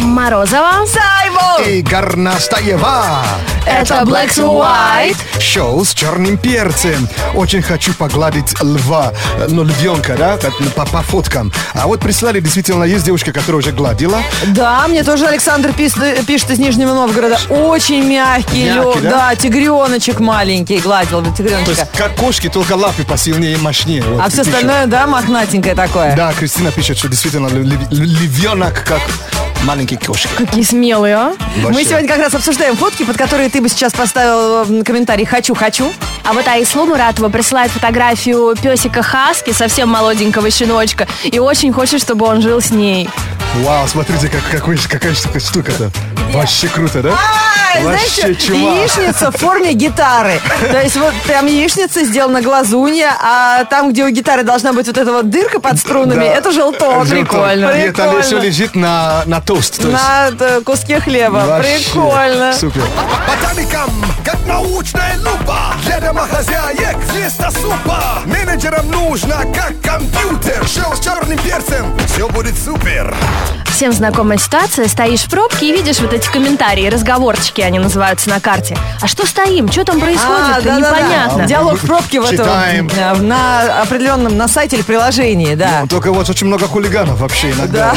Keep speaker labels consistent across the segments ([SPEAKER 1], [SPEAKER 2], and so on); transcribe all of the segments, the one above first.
[SPEAKER 1] Морозова.
[SPEAKER 2] Саймон!
[SPEAKER 3] И Горнастаева.
[SPEAKER 1] Это Blacks and White.
[SPEAKER 3] Шоу с черным перцем. Очень хочу погладить льва, э, ну, львенка, да, так, ну, по, по фоткам. А вот прислали, действительно, есть девушка, которая уже гладила.
[SPEAKER 2] Да, мне тоже Александр пис- пишет, из Нижнего Новгорода. Очень мягкий,
[SPEAKER 3] Мягкий,
[SPEAKER 2] лёд.
[SPEAKER 3] да?
[SPEAKER 2] да, тигреночек маленький гладил, да,
[SPEAKER 3] То
[SPEAKER 2] тигреночка.
[SPEAKER 3] есть, как кошки, только лапы посильнее и мощнее. Вот
[SPEAKER 2] А все
[SPEAKER 3] пишут.
[SPEAKER 2] остальное, да, мохнатенькое такое.
[SPEAKER 3] Да, Кристина пишет, что действительно ль- ль- львенок, как маленький кошка.
[SPEAKER 1] Какие смелые, а?
[SPEAKER 3] Вообще.
[SPEAKER 2] Мы сегодня как раз обсуждаем фотки, под которые ты бы сейчас поставил м, комментарий «хочу, хочу».
[SPEAKER 1] А вот Аислу Муратова присылает фотографию песика Хаски, совсем молоденького щеночка, и очень хочет, чтобы он жил с ней.
[SPEAKER 3] Вау, смотрите, как, какой- какая штука- штука-то. Вообще круто, да?
[SPEAKER 2] А,
[SPEAKER 3] Вообще
[SPEAKER 2] знаете,
[SPEAKER 3] чувак.
[SPEAKER 2] яичница в форме гитары. То есть вот прям яичница сделана глазунья, а там, где у гитары должна быть вот эта вот дырка под струнами,
[SPEAKER 3] Да.
[SPEAKER 2] это желток.
[SPEAKER 3] Желток. И это все
[SPEAKER 2] Прикольно.
[SPEAKER 3] лежит на, на тост. то есть.
[SPEAKER 2] На э, куске хлеба.
[SPEAKER 3] Вообще
[SPEAKER 2] Прикольно.
[SPEAKER 3] Супер.
[SPEAKER 4] Ботаникам, как научная лупа Для домохозяек вместо супа Менеджерам нужно, как компьютер Шоу с черным перцем, все будет супер
[SPEAKER 1] Всем знакомая ситуация. Стоишь в пробке и видишь вот эти комментарии, разговорчики они называются на карте. А что стоим? Что там происходит?
[SPEAKER 2] А, да-да-да.
[SPEAKER 1] Непонятно.
[SPEAKER 2] Диалог в пробке в этом
[SPEAKER 3] Читаем.
[SPEAKER 2] э, на определенном на сайте или приложении, да.
[SPEAKER 3] Ну, Только вот очень много хулиганов вообще иногда.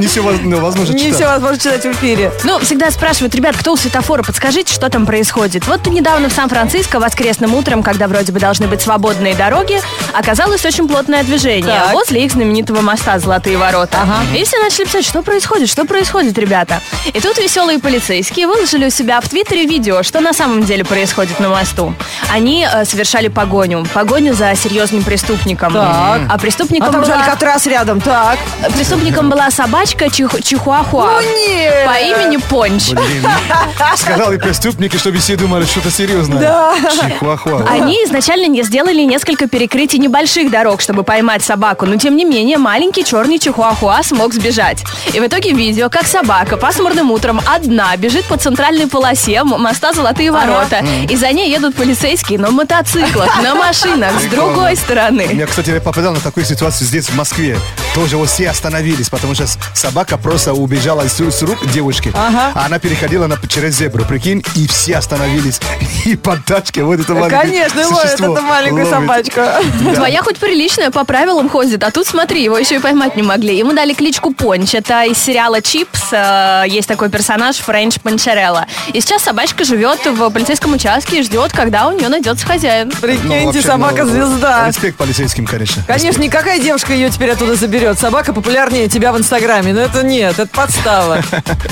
[SPEAKER 3] Не, все возможно
[SPEAKER 2] Не
[SPEAKER 3] Ну, читать.
[SPEAKER 2] все возможно читать в эфире.
[SPEAKER 1] Ну, всегда спрашивают, ребят, кто у светофора, подскажите, что там происходит. Вот недавно в Сан-Франциско воскресным утром, когда вроде бы должны быть свободные дороги, оказалось очень плотное движение
[SPEAKER 2] Так.
[SPEAKER 1] возле их знаменитого моста «Золотые ворота». И все начали писать, что происходит, что происходит, ребята. И тут веселые полицейские выложили у себя в Твиттере видео, что на самом деле происходит на мосту. Они э, совершали погоню. Погоню за серьезным преступником.
[SPEAKER 2] Так.
[SPEAKER 1] А преступником
[SPEAKER 2] А там же
[SPEAKER 1] была...
[SPEAKER 2] Алькатрас рядом, так.
[SPEAKER 1] Преступником была собачка Чих- Чихуахуа.
[SPEAKER 2] Ну нет.
[SPEAKER 1] По имени Понч.
[SPEAKER 3] Блин, ну, сказал и преступники, чтобы все думали, что-то серьезное.
[SPEAKER 2] Да. А
[SPEAKER 3] Чихуахуа.
[SPEAKER 1] Они изначально не сделали несколько перекрытий небольших дорог, чтобы поймать собаку, но тем не менее маленький черный чихуахуа смог сбежать. И в итоге видео, как собака пасмурным утром одна бежит по центральной полосе м- моста Золотые ворота, и за ней едут полицейские на мотоциклах, на машинах с
[SPEAKER 3] Прикольно.
[SPEAKER 1] другой стороны.
[SPEAKER 3] Я, кстати, попадал на такую ситуацию здесь, в Москве. Тоже вот все остановились, потому что с- собака просто убежала из ру- с рук девушки.
[SPEAKER 2] Ага.
[SPEAKER 3] А Она переходила на, через зебру, прикинь, и все остановились. И под тачкой вот это маленькое
[SPEAKER 2] Конечно, ловит
[SPEAKER 3] существо Ну,
[SPEAKER 2] эту маленькую
[SPEAKER 3] ловит.
[SPEAKER 2] собачка.
[SPEAKER 3] Да.
[SPEAKER 1] Твоя а хоть приличная по правилам ходит, а тут смотри, его еще и поймать не могли. Ему дали кличку Понч. Это из сериала Чипс. э, Есть такой персонаж Френч Пончарелла. И сейчас собачка живет в полицейском участке и ждет, когда у нее найдется хозяин.
[SPEAKER 3] Ну,
[SPEAKER 2] Прикиньте,
[SPEAKER 3] вообще, ну,
[SPEAKER 2] собака-звезда.
[SPEAKER 3] Респект полицейским, конечно.
[SPEAKER 2] Конечно, никакая девушка ее теперь оттуда заберет. Собака популярнее тебя в Инстаграме. Но это нет, это подстава.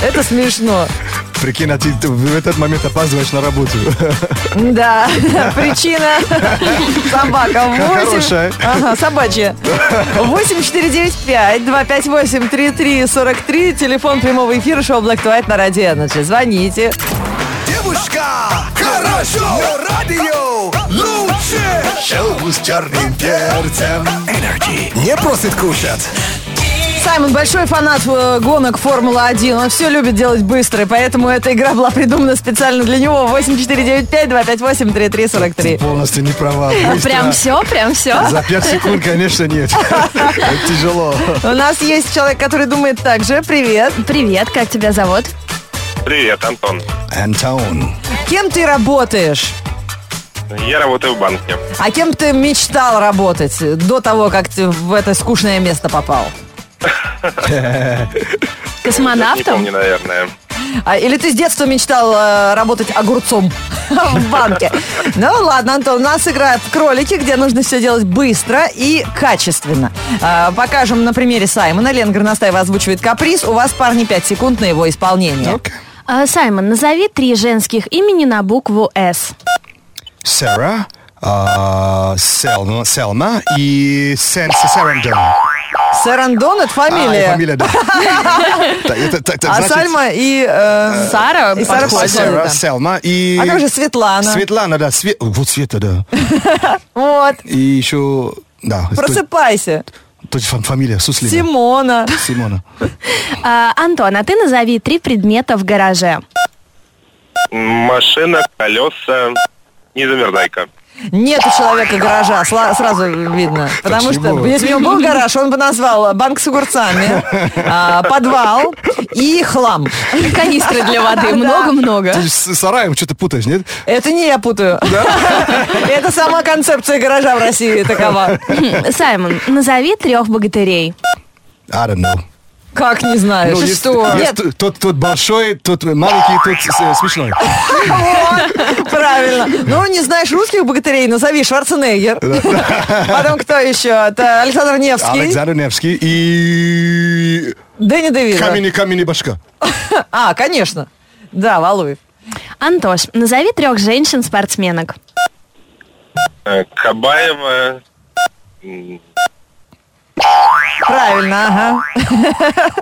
[SPEAKER 2] Это смешно.
[SPEAKER 3] Прикинь, а ты в этот момент опаздываешь на работу.
[SPEAKER 2] Да, причина собака.
[SPEAKER 3] Хорошая.
[SPEAKER 2] Восемь. Ага, собачья. 8495-258-3343. Телефон прямого эфира шоу Black to White на Радио Energy. Звоните.
[SPEAKER 4] Девушка, хорошо, но радио лучше Шоу с черным перцем Energy Не просит кушать
[SPEAKER 2] Саймон большой фанат э, гонок Формулы-1. Он все любит делать быстро, и поэтому эта игра была придумана специально для него. 8495-258-3343.
[SPEAKER 3] Полностью не права. быстро.
[SPEAKER 1] Прям все, прям все.
[SPEAKER 3] За 5 секунд, конечно, нет. Это Тяжело.
[SPEAKER 2] У нас есть человек, который думает так же. Привет.
[SPEAKER 1] Привет, как тебя зовут?
[SPEAKER 5] Привет, Антон.
[SPEAKER 3] Антон.
[SPEAKER 2] Кем ты работаешь?
[SPEAKER 5] Я работаю в банке.
[SPEAKER 2] А кем ты мечтал работать до того, как ты в это скучное место попал?
[SPEAKER 5] Не
[SPEAKER 1] Космонавтом?
[SPEAKER 5] помню, наверное.
[SPEAKER 2] А, или ты с детства мечтал э, работать огурцом в банке? Ну ладно, Антон, у нас игра в кролики, где нужно все делать быстро и качественно. А, покажем на примере Саймона. Лен Горностаева озвучивает каприз. У вас, парни, 5 секунд на его исполнение.
[SPEAKER 1] А, Саймон, назови три женских имени на букву «С».
[SPEAKER 3] Сара, а, Сел- Селма и Сен Сарандон.
[SPEAKER 2] Сарандон – это фамилия.
[SPEAKER 3] А, и фамилия, да. Так, это- так- так,
[SPEAKER 2] А
[SPEAKER 3] значит,
[SPEAKER 2] Сальма и... э,
[SPEAKER 1] Сара?
[SPEAKER 2] И Сара
[SPEAKER 1] подходит.
[SPEAKER 2] Павловна.
[SPEAKER 3] Сара,
[SPEAKER 2] да.
[SPEAKER 3] Селма и...
[SPEAKER 2] А как же Светлана?
[SPEAKER 3] Светлана, да. Све- Вот Света, да.
[SPEAKER 2] Вот.
[SPEAKER 3] И еще... Да.
[SPEAKER 2] Просыпайся.
[SPEAKER 3] то- то есть фам- фамилия Суслина.
[SPEAKER 2] Симона.
[SPEAKER 3] Симона.
[SPEAKER 1] А, Антон, а ты назови три предмета в гараже.
[SPEAKER 5] Машина, колеса, не замерзайка.
[SPEAKER 2] Нет у человека гаража, сла- сразу видно. Потому
[SPEAKER 3] Почему?
[SPEAKER 2] что если бы у него был гараж, он бы назвал банк с огурцами, а, подвал и хлам.
[SPEAKER 1] Канистры для воды, много-много.
[SPEAKER 3] Ты с сараем что-то путаешь, нет?
[SPEAKER 2] Это не я путаю. Это сама концепция гаража в России такова.
[SPEAKER 1] Хм, Саймон, назови трех богатырей.
[SPEAKER 3] I don't know.
[SPEAKER 2] Как не знаешь?
[SPEAKER 3] Ну, есть-
[SPEAKER 2] что?
[SPEAKER 3] есть т- тот, тот большой, тот маленький, тот э, смешной.
[SPEAKER 2] Вот, правильно. Ну, не знаешь русских богатырей, назови Шварценеггер. Потом кто еще? Это Александр Невский,
[SPEAKER 3] Александр Невский и...
[SPEAKER 2] Дэнни Девида.
[SPEAKER 3] Камень, камень, башка.
[SPEAKER 2] А, конечно. Да, Валуев.
[SPEAKER 1] Антош, назови трех женщин-спортсменок.
[SPEAKER 5] Э, Кабаева. м,
[SPEAKER 2] Правильно, ага.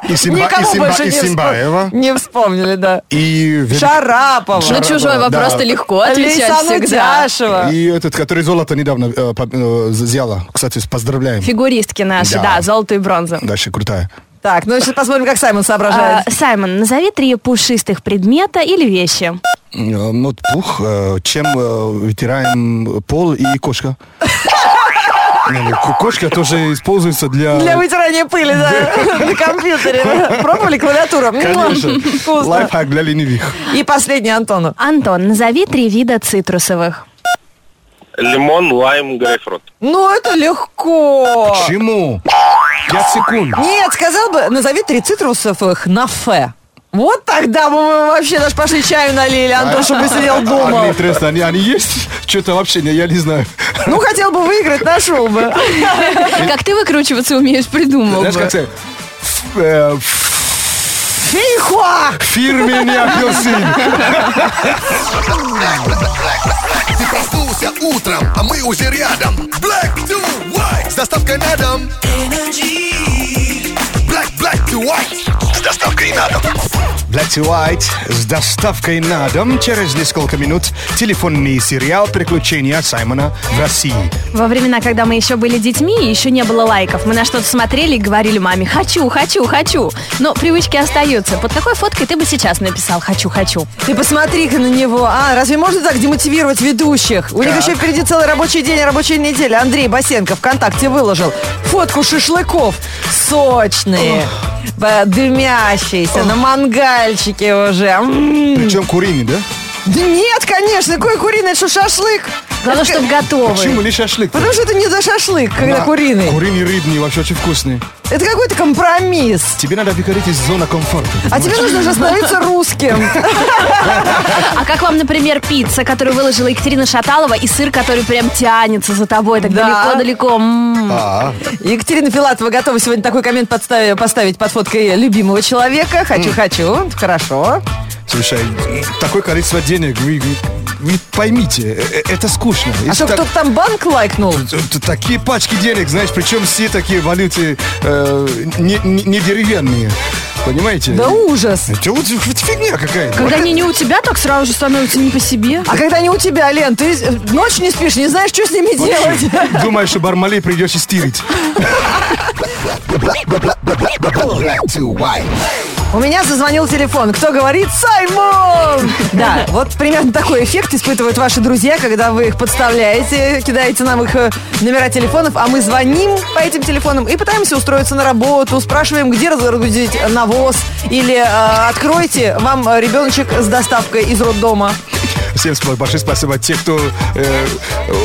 [SPEAKER 3] И Симба, и
[SPEAKER 2] Никого
[SPEAKER 3] Симба-
[SPEAKER 2] больше
[SPEAKER 3] и
[SPEAKER 2] не, вспом-
[SPEAKER 3] Симбаева.
[SPEAKER 2] не вспомнили, да.
[SPEAKER 3] И... Вер-
[SPEAKER 2] Шарапова.
[SPEAKER 1] На
[SPEAKER 3] Шарапова,
[SPEAKER 1] Ну, чужой вопрос
[SPEAKER 3] да.
[SPEAKER 1] ты легко отвечать
[SPEAKER 2] Лейсан
[SPEAKER 1] всегда.
[SPEAKER 2] Утяшева.
[SPEAKER 3] И этот, который золото недавно э, по- э, взяла. Кстати, с- поздравляем.
[SPEAKER 1] Фигуристки наши,
[SPEAKER 3] Да.
[SPEAKER 1] да, золото и бронза.
[SPEAKER 3] Дальше крутая.
[SPEAKER 2] Так, ну сейчас посмотрим, как Саймон
[SPEAKER 1] А,
[SPEAKER 2] соображает.
[SPEAKER 1] Саймон, назови три пушистых предмета или вещи.
[SPEAKER 3] Э, Ну, пух, э, чем э, вытираем пол и кошка. Не, ну, ко- Кошка тоже используется для...
[SPEAKER 2] Для вытирания пыли, да, на компьютере. Пробовали клавиатуру? М,
[SPEAKER 3] Конечно.
[SPEAKER 2] Вкусно.
[SPEAKER 3] Лайфхак для ленивых.
[SPEAKER 2] И последний Антону.
[SPEAKER 1] Антон, назови три вида цитрусовых.
[SPEAKER 5] Лимон, лайм, грейпфрут.
[SPEAKER 2] Ну, это легко.
[SPEAKER 3] Чему? 5 секунд.
[SPEAKER 2] Нет, сказал бы, назови три цитрусовых на фе. Вот тогда бы мы вообще даже пошли чаю налили, Антон, чтобы сидел
[SPEAKER 3] А мне
[SPEAKER 2] дома.
[SPEAKER 3] интересно, они, они есть? Что-то вообще, не, я не знаю.
[SPEAKER 2] Ну, хотел бы выиграть, нашел бы.
[SPEAKER 1] Как ты выкручиваться умеешь, придумал
[SPEAKER 3] Знаешь,
[SPEAKER 1] бы.
[SPEAKER 3] как сказать? Э,
[SPEAKER 2] Фихуа!
[SPEAKER 3] Фирменный апельсин.
[SPEAKER 4] Ты проснулся утром, а мы уже рядом. Black to white с доставкой на дом. Black, black to white с доставкой на дом.
[SPEAKER 3] Black to White с доставкой на дом через несколько минут. Телефонный сериал «Приключения Саймона в России».
[SPEAKER 1] Во времена, когда мы еще были детьми и еще не было лайков, мы на что-то смотрели и говорили маме «хочу, хочу, хочу». Но привычки остаются. Под какой фоткой ты бы сейчас написал «хочу, хочу»?
[SPEAKER 2] Ты посмотри-ка на него. А, разве можно так демотивировать ведущих? У них еще впереди целый рабочий день, и рабочая неделя. Андрей Басенко ВКонтакте выложил фотку шашлыков. Сочные, э, дымящиеся, на мангальчике уже. М.
[SPEAKER 3] Причем куриный, да?
[SPEAKER 2] Да нет, конечно, какой куриный, это что шашлык?
[SPEAKER 1] Главное, чтобы
[SPEAKER 3] Почему
[SPEAKER 1] готовый.
[SPEAKER 3] лишь шашлык?
[SPEAKER 2] Потому что это не за шашлык, когда
[SPEAKER 3] Да,
[SPEAKER 2] куриный.
[SPEAKER 3] Куриный рыбный вообще очень вкусный.
[SPEAKER 2] Это какой-то компромисс.
[SPEAKER 3] Тебе надо выходить из зоны комфорта.
[SPEAKER 2] А тебе нужно же становиться русским.
[SPEAKER 1] А как вам, например, пицца, которую выложила Екатерина Шаталова, и сыр, который прям тянется за тобой так
[SPEAKER 2] Да.
[SPEAKER 1] далеко-далеко? М.
[SPEAKER 3] А,
[SPEAKER 2] Екатерина Филатова готова сегодня такой коммент подстави- поставить под фоткой любимого человека. Хочу, хочу. Хорошо. А
[SPEAKER 3] слушай, такое количество денег, вы, вы поймите, э, э, это скучно.
[SPEAKER 2] А
[SPEAKER 3] Если
[SPEAKER 2] что,
[SPEAKER 3] так-
[SPEAKER 2] кто-то там банк лайкнул?
[SPEAKER 3] Т- Такие пачки денег, знаешь, причем все такие валюты э, не, не- не деревянные. Понимаете?
[SPEAKER 2] Да ужас.
[SPEAKER 3] Это вот вот фигня какая-то.
[SPEAKER 1] Когда они не у тебя, так сразу же становится не по себе.
[SPEAKER 2] А когда не у тебя, Лен, ты э, ночью не спишь, не знаешь, что с ними делать.
[SPEAKER 3] Думаешь, что Бармалей придешь и стирить.
[SPEAKER 4] Black to white.
[SPEAKER 2] У меня зазвонил телефон. Кто говорит? Саймон! Да, вот примерно такой эффект испытывают ваши друзья, когда вы их подставляете, кидаете нам их э, номера телефонов, а мы звоним по этим телефонам и пытаемся устроиться на работу, спрашиваем, где разгрузить навоз, или э, откройте вам э, ребеночек с доставкой из роддома.
[SPEAKER 3] Всем спа- большое спасибо. Те, кто э,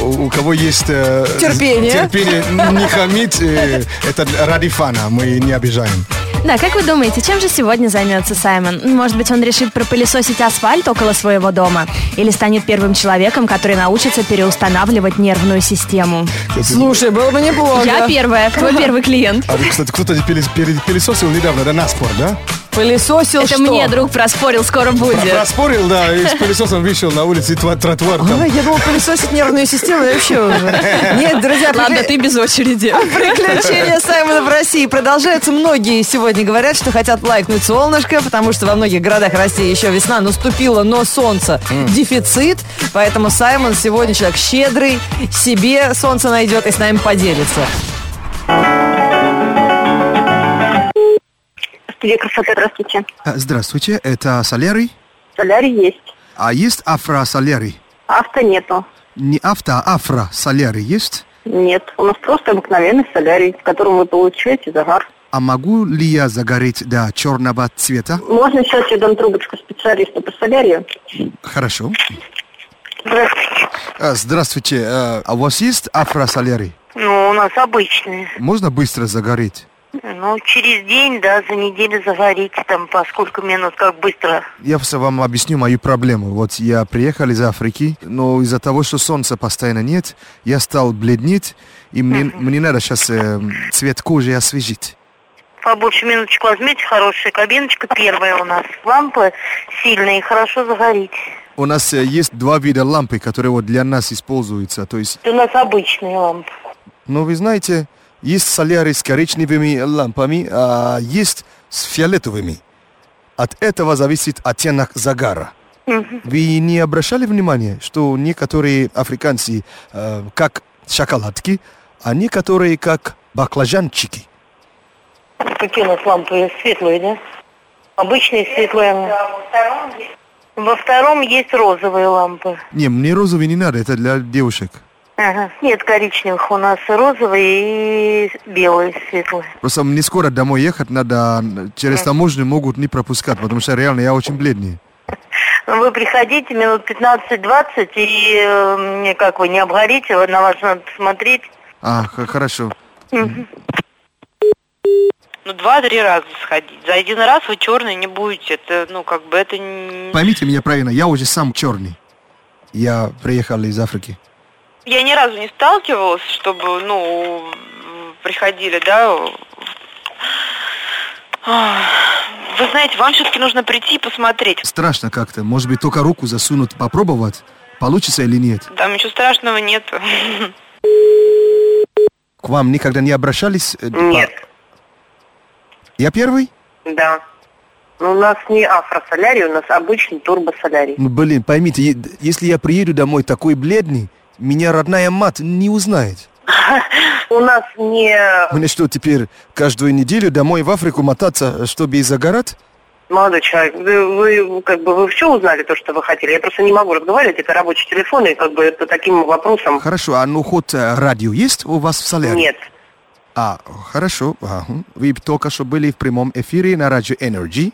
[SPEAKER 3] у у кого есть э,
[SPEAKER 2] Терпение.
[SPEAKER 3] терпение не хамить, э, это ради фана. Мы не обижаем.
[SPEAKER 1] Да, как вы думаете, чем же сегодня займется Саймон? Ну, Может быть, он решит пропылесосить асфальт около своего дома? Или станет первым человеком, который научится переустанавливать нервную систему?
[SPEAKER 3] Кстати,
[SPEAKER 2] Слушай, было бы неплохо.
[SPEAKER 1] Я первая, твой первый клиент.
[SPEAKER 3] а, кстати, кто-то пере- пере- пересосил недавно, да, на спор, да?
[SPEAKER 2] Пылесосил
[SPEAKER 1] Это
[SPEAKER 2] что?
[SPEAKER 1] мне друг проспорил, скоро будет.
[SPEAKER 3] Проспорил, да, и с пылесосом вышел на улице и тва- тротуар там.
[SPEAKER 2] Ой, Ну, я думал, пылесосит нервную систему, я вообще уже. Нет, друзья,
[SPEAKER 1] Ладно,
[SPEAKER 2] прикля-
[SPEAKER 1] ты без очереди.
[SPEAKER 2] Приключения Саймона в России продолжаются. Многие сегодня говорят, что хотят лайкнуть солнышко, потому что во многих городах России еще весна наступила, но солнце дефицит. Поэтому Саймон сегодня человек щедрый, себе солнце найдет и с нами поделится.
[SPEAKER 6] Студия красоты, здравствуйте.
[SPEAKER 3] Здравствуйте, это Солярий.
[SPEAKER 6] Солярий есть,
[SPEAKER 3] А есть афросолярий?
[SPEAKER 6] авто нету.
[SPEAKER 3] не авто, а афро солярий есть?
[SPEAKER 7] Нет, у нас просто обыкновенный солярий, в котором вы получаете загар.
[SPEAKER 3] А могу ли я загореть до черного цвета?
[SPEAKER 7] Можно сейчас я дам трубочку специалисту по солярию?
[SPEAKER 3] Хорошо.
[SPEAKER 7] Здравствуйте.
[SPEAKER 3] Э, Здравствуйте. э, А у вас есть афро солярий?
[SPEAKER 8] Ну, у нас обычные.
[SPEAKER 3] Можно быстро загореть?
[SPEAKER 8] Ну, через день, да, за неделю загорите там по сколько минут, как быстро.
[SPEAKER 3] Я просто вам объясню мою проблему. Вот я приехал из Африки, но из-за того, что солнца постоянно нет, я стал бледнеть, и мне, мне надо сейчас цвет кожи освежить.
[SPEAKER 8] Побольше минуточку возьмите, хорошая кабиночка первая у нас. Лампы сильные, хорошо загорите.
[SPEAKER 3] У нас э, есть два вида лампы, которые вот для нас используются. То есть,
[SPEAKER 8] Это у нас обычные лампы.
[SPEAKER 3] ну вы знаете, есть солярий с коричневыми лампами, а есть с фиолетовыми. От этого зависит оттенок загара. Вы не обращали внимания, что некоторые африканцы э, как шоколадки, а некоторые как баклажанчики?
[SPEAKER 8] Какие у нас лампы светлые, да? Обычные светлые. Во втором есть розовые лампы.
[SPEAKER 3] Не, мне розовый не надо, это для девушек.
[SPEAKER 8] Ага. Нет коричневых, у нас розовые и белые светлые.
[SPEAKER 3] Просто мне скоро домой ехать надо, м, через таможню могут не пропускать, потому что реально я очень бледный.
[SPEAKER 8] Ну, Вы приходите минут 15-20 и э, мне как вы не обгорите, вот на вас надо смотреть.
[SPEAKER 3] А, х- хорошо.
[SPEAKER 9] Ну, два-три раза сходить. За один раз вы черный не будете. Это, ну, как бы это... не-
[SPEAKER 3] Поймите меня правильно, я уже сам черный. Я приехал из Африки.
[SPEAKER 9] Я ни разу не сталкивалась, чтобы, ну, приходили, да... Вы знаете, вам все-таки нужно прийти и посмотреть.
[SPEAKER 3] Страшно как-то, может быть, только руку засунут, попробовать, получится или нет.
[SPEAKER 9] Там ничего страшного нет.
[SPEAKER 3] К вам никогда не обращались? э, по-
[SPEAKER 7] Нет.
[SPEAKER 3] Я первый?
[SPEAKER 7] Да. Но у нас не афросолярий, у нас обычный турбосолярий.
[SPEAKER 3] Ну, блин, поймите, е- если я приеду домой такой бледный, меня родная мать не узнает.
[SPEAKER 7] У нас не...
[SPEAKER 3] Мне что, теперь каждую неделю домой в Африку мотаться, э, чтобы и загорать?
[SPEAKER 7] Молодой человек, вы, вы, как бы вы все узнали, то, что вы хотели. Я просто не могу разговаривать, это рабочий телефон, и как бы по таким вопросам
[SPEAKER 3] Хорошо, а ну хоть э, радио есть у вас в солярии?
[SPEAKER 7] нет.
[SPEAKER 3] А, хорошо. ага. Вы только что были в прямом эфире на радио Energy.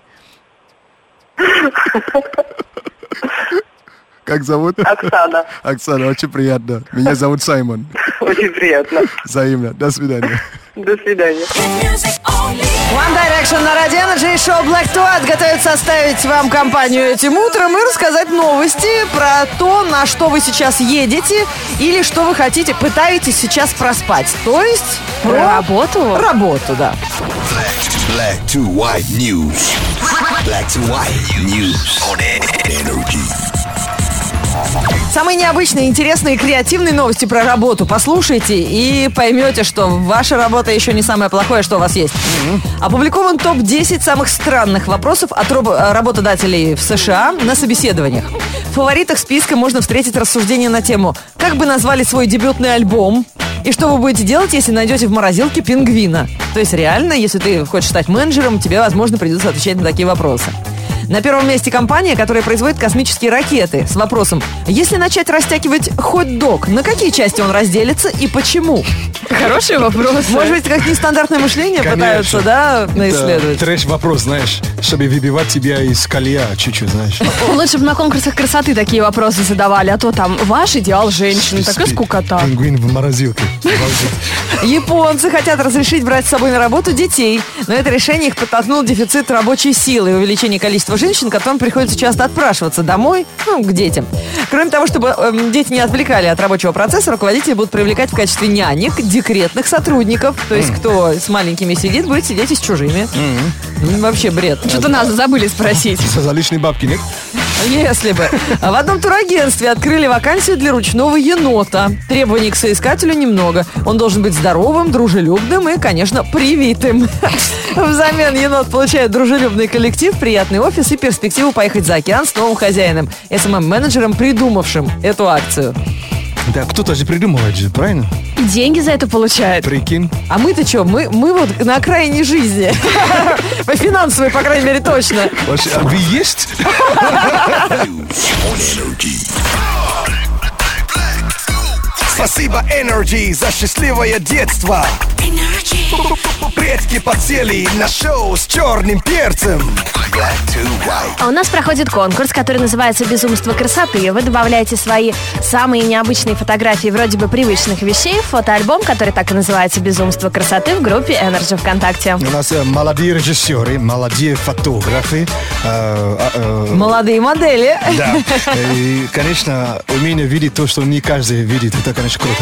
[SPEAKER 3] Как зовут?
[SPEAKER 7] Оксана,
[SPEAKER 3] Оксана, очень приятно. Меня зовут Саймон.
[SPEAKER 7] очень приятно.
[SPEAKER 3] Взаимно. До свидания.
[SPEAKER 7] До свидания.
[SPEAKER 2] One Direction на Радио Energy и шоу Black to White готовят составить вам компанию этим утром и рассказать новости про то, на что вы сейчас едете или что вы хотите, пытаетесь сейчас проспать. То есть про
[SPEAKER 1] Про работу?
[SPEAKER 2] работу, да.
[SPEAKER 4] Black to white news. Black to white news on energy.
[SPEAKER 2] Самые необычные, интересные и креативные новости про работу послушайте и поймете, что ваша работа еще не самое плохое, что у вас есть. Опубликован топ-10 самых странных вопросов от роб- э, работодателей в США на собеседованиях. В фаворитах списка можно встретить рассуждение на тему «Как бы назвали свой дебютный альбом?» И что вы будете делать, если найдете в морозилке пингвина? То есть реально, если ты хочешь стать менеджером, тебе, возможно, придется отвечать на такие вопросы. На первом месте компания, которая производит космические ракеты. С вопросом, если начать растягивать хот-дог, на какие части он разделится и почему?
[SPEAKER 1] Хороший вопрос.
[SPEAKER 2] Может быть, как нестандартное мышление
[SPEAKER 10] Конечно.
[SPEAKER 2] пытаются, да,
[SPEAKER 10] Это
[SPEAKER 2] исследовать?
[SPEAKER 10] трэш вопрос, знаешь, чтобы выбивать тебя из колея чуть-чуть, знаешь.
[SPEAKER 1] Лучше бы на конкурсах красоты такие вопросы задавали, а то там ваш идеал женщины, такая
[SPEAKER 10] Спи-
[SPEAKER 1] скукота.
[SPEAKER 10] Пингвин в морозилке. Обалдеть.
[SPEAKER 2] Японцы хотят разрешить брать с собой на работу детей, но это решение их подтолкнул дефицит рабочей силы и увеличение количества женщин, которым приходится часто отпрашиваться домой, ну, к детям. Кроме того, чтобы эм, дети не отвлекали от рабочего процесса, руководители будут привлекать в качестве нянек декретных сотрудников, то есть кто с маленькими сидит, будет сидеть и с чужими. М, Вообще бред.
[SPEAKER 1] Что-то нас забыли спросить.
[SPEAKER 10] За лишние бабки, нет?
[SPEAKER 2] Если бы. А В одном турагентстве открыли вакансию для ручного енота. Требований к соискателю немного. Он должен быть здоровым, дружелюбным и, конечно, привитым. Взамен енот получает дружелюбный коллектив, приятный офис и перспективу поехать за океан с новым хозяином, СММ-менеджером, придумавшим эту акцию.
[SPEAKER 10] Да, кто-то же придумывает же, правильно?
[SPEAKER 1] И деньги за это получают.
[SPEAKER 10] Прикинь.
[SPEAKER 2] А мы-то что? Мы, мы вот на окраине жизни. По финансовой, по крайней мере, точно.
[SPEAKER 10] Вообще, а вы есть?
[SPEAKER 4] News on energy. Black, black, black Спасибо Energy за счастливое детство Предки подсели на шоу с черным перцем Black to white.
[SPEAKER 1] А у нас проходит конкурс, который называется «Безумство красоты». Вы добавляете свои самые необычные фотографии вроде бы привычных вещей в фотоальбом, который так и называется «Безумство красоты» в группе Energy ВКонтакте.
[SPEAKER 3] У нас э, молодые режиссеры, молодые фотографы. э, а, э,
[SPEAKER 2] Молодые модели.
[SPEAKER 3] Да. И, E, конечно, умение видеть то, что не каждый видит, это, конечно, круто.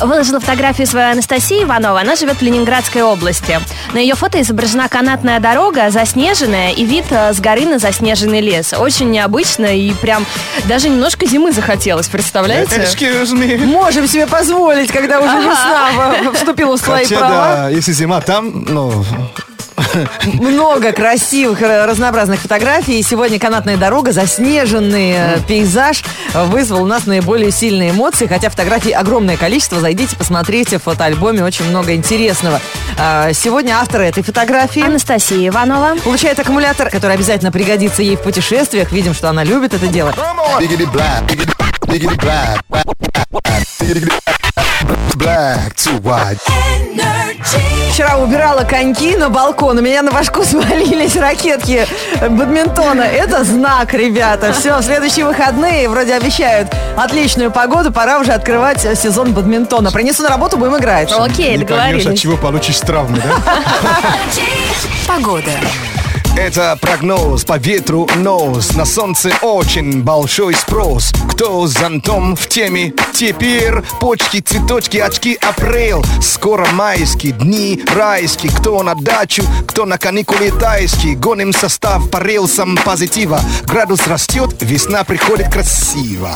[SPEAKER 1] Выложила фотографию свою Анастасии Иванова. Она живет в Ленинградской области. На ее фото изображена канатная дорога, заснеженная, и вид э, с горы на заснеженный лес. Очень необычно и прям даже немножко зимы захотелось, представляете?
[SPEAKER 3] Excuse me.
[SPEAKER 2] Можем себе позволить, когда уже весна в- вступила в свои
[SPEAKER 3] Хотя,
[SPEAKER 2] права.
[SPEAKER 3] да, если зима там, ну,
[SPEAKER 2] Много красивых, ра- разнообразных фотографий. И сегодня канатная дорога, заснеженный э, пейзаж э, вызвал у нас наиболее сильные эмоции. Хотя фотографий огромное количество. Зайдите, посмотрите. В фотоальбоме очень много интересного. А, Сегодня автор этой фотографии.
[SPEAKER 1] Анастасия Иванова.
[SPEAKER 2] Получает аккумулятор, который обязательно пригодится ей в путешествиях. Видим, что она любит это дело.
[SPEAKER 4] Biggity black, biggity black, biggity black to white.
[SPEAKER 2] Вчера убирала коньки на балкон. У меня на башку свалились ракетки бадминтона. Это знак, ребята. Все, в следующие выходные вроде обещают отличную погоду. Пора уже открывать э, сезон бадминтона. Принесу на работу, будем играть.
[SPEAKER 1] Окей,
[SPEAKER 3] не поймешь, от
[SPEAKER 4] Ну,
[SPEAKER 1] договорились.
[SPEAKER 3] чего получишь травмы, да?
[SPEAKER 4] Это прогноз по ветру нос На солнце очень большой спрос Кто с зонтом в теме теперь? Почки, цветочки, очки, апрель Скоро майские дни райские Кто на дачу, кто на каникулы тайские Гоним состав по рельсам позитива Градус растет, весна приходит красиво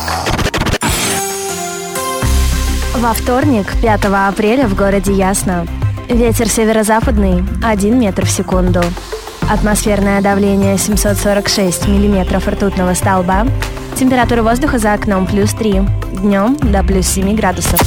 [SPEAKER 11] Во вторник, 5 апреля, в городе Ясно. Ветер северо-западный 1 метр в секунду. Атмосферное давление 746 миллиметров ртутного столба. Температура воздуха за окном плюс 3. Днем до плюс 7 градусов.